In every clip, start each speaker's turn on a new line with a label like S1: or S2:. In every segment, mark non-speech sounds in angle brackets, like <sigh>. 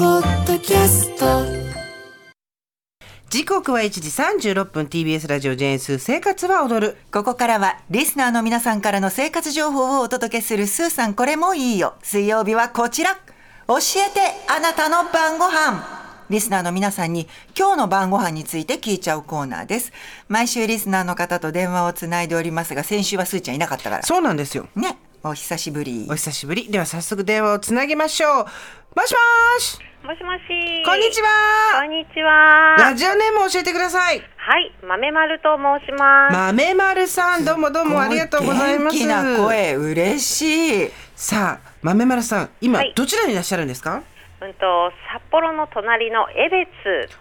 S1: キャスト
S2: 時刻は1時36分 TBS ラジオジェーンスー生活は踊る
S3: <laughs> ここからはリスナーの皆さんからの生活情報をお届けする「スーさんこれもいいよ」水曜日はこちら教えてあなたの晩ご飯リスナーの皆さんに今日の晩ご飯について聞いちゃうコーナーです毎週リスナーの方と電話をつないでおりますが先週はスーちゃんいなかったから
S2: そうなんですよ
S3: ねお久しぶり
S2: お久しぶりでは早速電話をつなぎましょうもしもーし
S4: もしもし。
S2: こんにち
S4: こ
S2: は
S4: んにち
S2: ラ
S4: は。
S2: ジオネーム教えてください
S4: はい、豆丸と申します。
S2: 豆丸さんどうもどうもありがとうございます
S3: 元気な声嬉しい
S2: さあ豆丸さん今
S4: はい
S2: どちらにいらっしゃるんですか、
S4: うんと札幌の隣の江別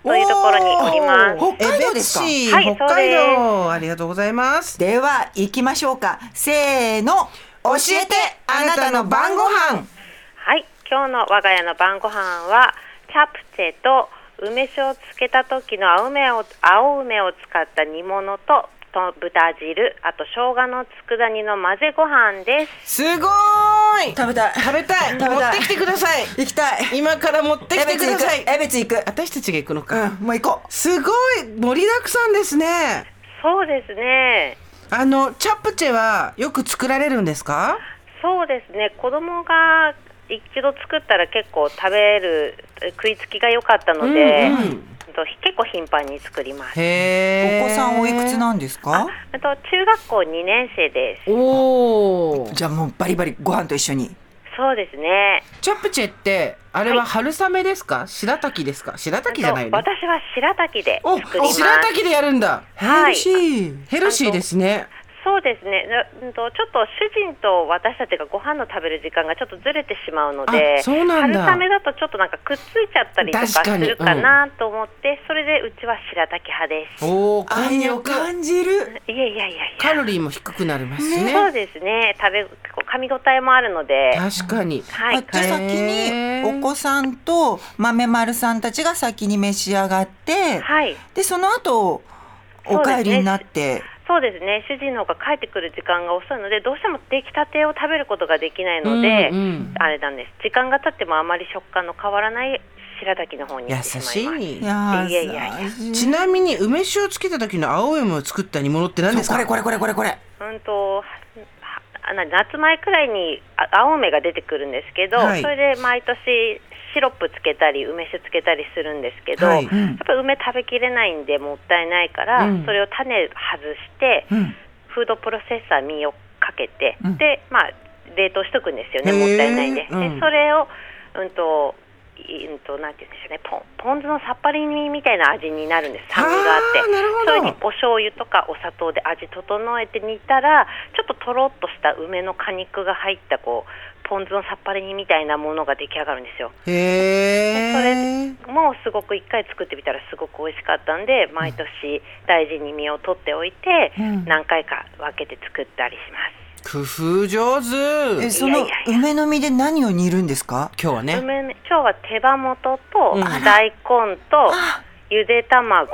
S4: というところにおります。
S3: おー北海道ですか
S2: えべっち
S4: はい
S2: 北海
S4: そ
S2: 道ありがとうございます
S3: では行きましょうかせーの教えてあなたの晩ご飯
S4: はい、今日の我が家の晩ご飯はチャプチェと梅酒を漬けた時の青梅を青梅を使った煮物と。と豚汁、あと生姜の佃煮の混ぜご飯です。
S2: すごーい
S3: 食べたい
S2: 食べたい
S3: 食べたい
S2: 持ってきてください
S3: 行きたい
S2: 今から持ってきてください
S3: えべつ行く
S2: 私たちが行くのか、
S3: うんもう行こ
S2: すごい盛りだくさんですね
S4: そうですね。
S2: あのチャプチェはよく作られるんですか
S4: そうですね子供が一度作ったら結構食べるえ食いつきが良かったので、
S2: うんうん
S4: うんと結構頻繁に作ります。
S3: う
S2: へ
S3: お
S2: ー
S3: 子さんおいくつなんですか
S4: あと中学校2年生です。
S2: おお
S3: じゃあもうバリバリご飯と一緒に
S4: そうですね。
S2: チャプチェってあれは春雨ですか、白滝ですか白滝じゃない
S4: あ
S2: の
S4: と私は白滝で
S2: お
S4: 作ります。
S2: 白滝でやるんだ
S4: はい
S3: 嬉しい
S2: ヘルシーですね
S4: そうですね。なうんとちょっと主人と私たちがご飯の食べる時間がちょっとずれてしまうので
S2: あ、そうなんだ
S4: 春雨だとちょっとなんかくっついちゃったりとかす
S2: 確かに
S4: るかなと思って、それでうちは白滝派です。
S2: おお
S3: あ
S2: 混
S3: いを
S2: 浴
S3: 感じる
S4: いやいやいやいや。
S2: カロリーも低くなりますしね
S4: そうですね。食べ結構噛み応えもあるので、
S2: 確かに
S4: は
S3: あ
S4: い。
S3: じゃあ先
S2: へ
S3: に
S2: ー
S3: お子さんと豆丸さんたちが先に召し上がって
S4: はい。
S3: でその後お帰りになって
S4: そうですね。主人の方が帰ってくる時間が遅いので、どうしても出来たてを食べることができないので、
S2: うんうん
S4: あれなんです。時間が経ってもあまり食感の変わらない白滝の方に行
S2: 優
S4: ってしまいます。
S2: しい
S3: やー
S4: いやいやいや
S3: 優し
S2: ちなみに梅酒をつけた時の青山を作った煮物って何です
S3: こ
S2: か
S3: れこれこれこれこれ
S4: うんと。ははな夏前くらいにあ青梅が出てくるんですけど、
S2: はい
S4: それで毎年シロップつけたり梅酒つけたりするんですけど、
S2: はい
S4: やっぱり梅食べきれないんでもったいないから、
S2: うん
S4: それを種外して、
S3: うん
S4: フードプロセッサー身をかけて、
S3: うん
S4: でまあ冷凍しとくんですよ
S2: へ
S4: ね
S2: ー
S4: もったいないんで,、
S2: うん
S4: でそれをうんというんとなんて言うんでしょうねポンポン酢のさっぱり煮みたいな味になるんです酸味があって
S2: あーなるほど
S4: それにお醤油とかお砂糖で味整えて煮たらちょっととろっとした梅の果肉が入ったこうポン酢のさっぱり煮みたいなものが出来上がるんですよ
S2: へ
S4: そ
S2: え
S4: もうすごく一回作ってみたらすごく美味しかったんで毎年大事に身を取っておいて、
S3: うん
S4: 何回か分けて作ったりします
S2: 工夫上手
S3: えその梅の実で何を煮るんですか
S2: 今日はね
S4: 梅ね今日は手羽元と
S2: うん
S4: 大根と
S3: あ
S4: ゆで卵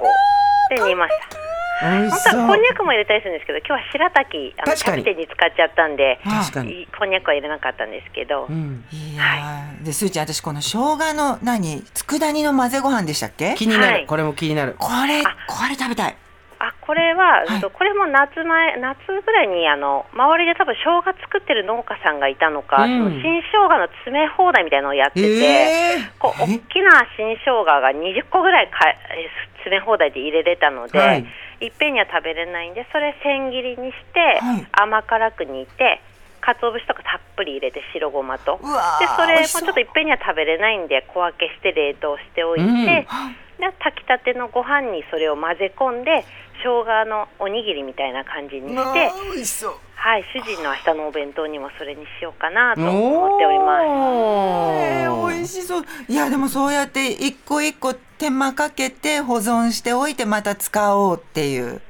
S4: で煮ました。
S2: 美味し
S4: 本当
S2: そ
S4: は
S2: う
S4: こんにゃくも入れたりするんですけど、今日は白滝あの
S2: 確
S4: キ
S2: か
S4: ャ
S2: に
S4: プテンに使っちゃったんで、
S2: 確かに、
S4: いこんにゃくは入れなかったんですけど、
S2: うん、
S3: いやーでスーちゃん私この生姜の何佃煮の混ぜご飯でしたっけ
S2: 気になる、
S4: はい
S2: これも気になる
S3: これこれ食べたい
S4: あこれは、
S3: はい
S4: うんとこれも夏前夏ぐらいにあの周りで多分生姜作ってる農家さんがいたのか、
S2: うん
S4: その新生姜の詰め放題みたいなのをやってて。
S2: ええ
S4: こう大きな新生姜が20個ぐらいかえー詰め放題で入れれたので、
S2: はい
S4: い、っぺんには食べれないんでそれ千切りにして、
S3: はい
S4: 甘辛く煮て鰹節とかたっぷり入れて白ごまと
S3: うわー
S4: でそれ
S3: 美
S4: も
S3: 味し
S4: ち
S3: そう
S4: ょっといっぺんには食べれないんで小分けして冷凍しておいて、
S2: うん
S4: で炊きたてのご飯にそれを混ぜ込んで生姜のおにぎりみたいな感じにして、
S3: 美味しそう
S4: はい、主人の明日のお弁当にもそれにしようかなと
S2: ー、
S4: 思っております。
S3: えー、美
S2: い
S3: 味しそういやでもそうやって一個一個手間かけて保存しておいてまた使おうっていう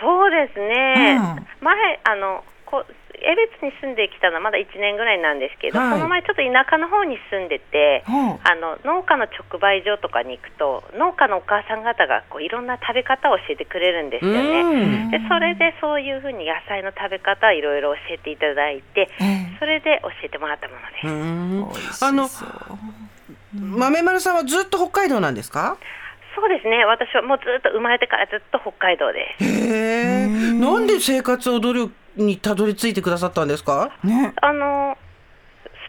S4: そうですね、
S3: うん
S4: 前あのこ江別に住んできたのはまだ1年ぐらいなんですけど、
S2: はい
S4: その前ちょっと田舎の方に住んでて、
S3: ほう
S4: あの農家の直売所とかに行くと農家のお母さん方がこういろんな食べ方を教えてくれるんですよね。
S2: うん
S4: でそれでそういうふうに野菜の食べ方いろいろ教えていただいて
S3: え
S4: それで教えてもらったものです。
S2: うん
S3: ー美味しそう
S2: あの豆丸さんはずっと北海道なんですか
S4: そうですね私はもうずっと生まれてからずっと北海道です
S2: へえなんで生活を努力にたどり着いてくださったんですか
S3: ね。
S4: あの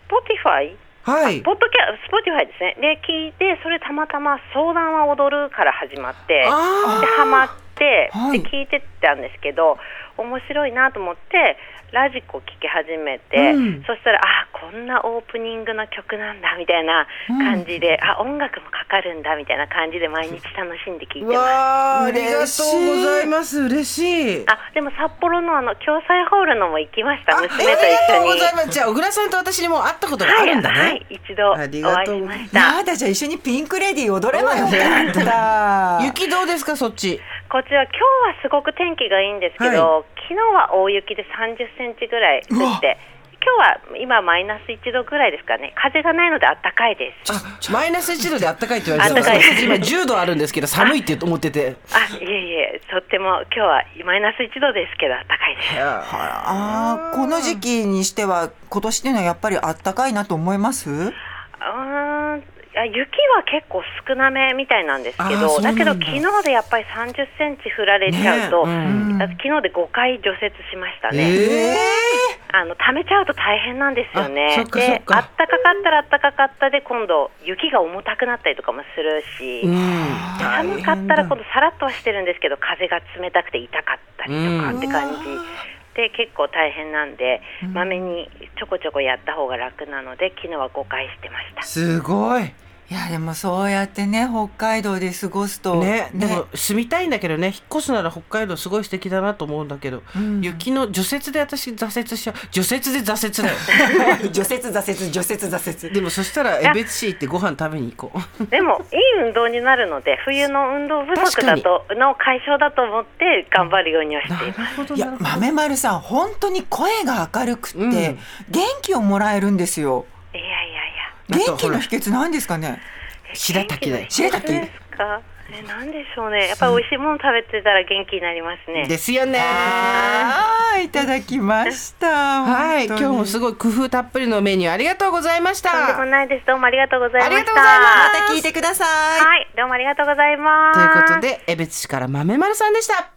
S4: Spotify
S2: はい
S4: ポッドキャスポティファイですねで聞いてそれたまたま「相談は踊る」から始まってで
S2: あー
S4: ハマって、
S3: はい
S4: で聞いてたんですけど面白いなと思ってラジコ聞き始めて、
S2: うん
S4: そしたらあーこんなオープニングの曲なんだみたいな感じで、あ音楽もかかるんだみたいな感じで毎日楽しんで聞いて
S2: う
S4: ます。
S2: わあありがとう
S3: 嬉しい
S2: ございます嬉しい
S4: あでも札幌のあの共済ホールのも行きました娘と一緒に
S2: ありがとうございますじゃあ小倉さんと私にも会ったことがあ
S4: はい
S2: るんだね、
S4: はい一度お
S2: あ
S4: 会
S2: りが
S4: い
S2: とう
S4: し
S2: ござ
S4: ま
S2: いま
S4: し
S2: す
S4: た
S3: やだじゃあ一緒にピンクレディー踊ればよかった。
S2: 雪どうですかそっち
S4: こちら今日はすごく天気がいいんですけど、昨日は大雪で30センチぐらい降って今日は今マイナス1度ぐらいですかね風がないので暖かいです
S2: あマイナス1度で暖かいって言われてた
S4: 暖かい
S2: 私たち今10度あるんですけど寒いって思ってて
S4: あいえいえとっても今日はマイナス1度ですけど暖かいです
S3: ああこの時期にしては今年っていうのはやっぱりあったかいなと思います
S4: うーんあ雪は結構少なめみたいなんですけ
S2: あーそ
S4: ど
S2: うな
S4: だ
S2: ん
S4: け
S2: だ
S4: ど昨日でやっぱり30センチ降られちゃうと、
S2: ねえ
S3: うん
S4: あ昨日で5回除雪しましたね。
S2: ええ
S4: あの溜めちゃうと大変なんですよ
S2: あそ
S4: ね
S2: っ。かそっ
S4: で、
S2: か
S4: あったかかったらあったかかったで今度雪が重たくなったりとかもするし、寒かったら今度さらっとはしてるんですけど風が冷たくて痛かったりとかって感じ。で結構大変なんで、まめにちょこちょこやった方が楽なので、昨日は5回してました。
S2: すごい
S3: いやでもそうやってね北海道で過ごすと
S2: ねでも住みたいんだけどね引っ越すなら北海道すごい素敵だなと思うんだけど、
S3: うん
S2: 雪の除雪で私挫折しちゃう除雪で挫折だよ
S4: <laughs>
S3: <laughs> 除雪挫折除雪挫折
S2: でもそしたら江別市行ってご飯食べに行こう
S4: でもいい運動になるので、冬の運動不足だとの解消だと思って頑張るようにはしてい
S2: な
S4: ます
S2: る。ほど
S3: いや
S2: な
S3: 豆丸さん本当に声が明るくって、
S2: うん
S3: 元気をもらえるんですよ
S4: いやいやいや。
S2: なんか
S3: 元気
S2: ほら
S3: の秘訣なんですかね
S2: 白滝だよ
S3: 白滝
S4: ですか。え、なんでしょうね。やっぱり美味しいもの食べてたら元気になりますね。
S2: ですよね
S3: あーいただきました
S2: はい今日も
S3: す
S2: すごい工夫たっぷりのメニューありがとうございまし
S4: とんで
S2: た
S4: もないです。どうもありがとうございました。
S2: ありがとうございま
S3: また聞いてください
S4: はい、どうもありがとうございます。
S2: ということで江別市から豆丸さんでした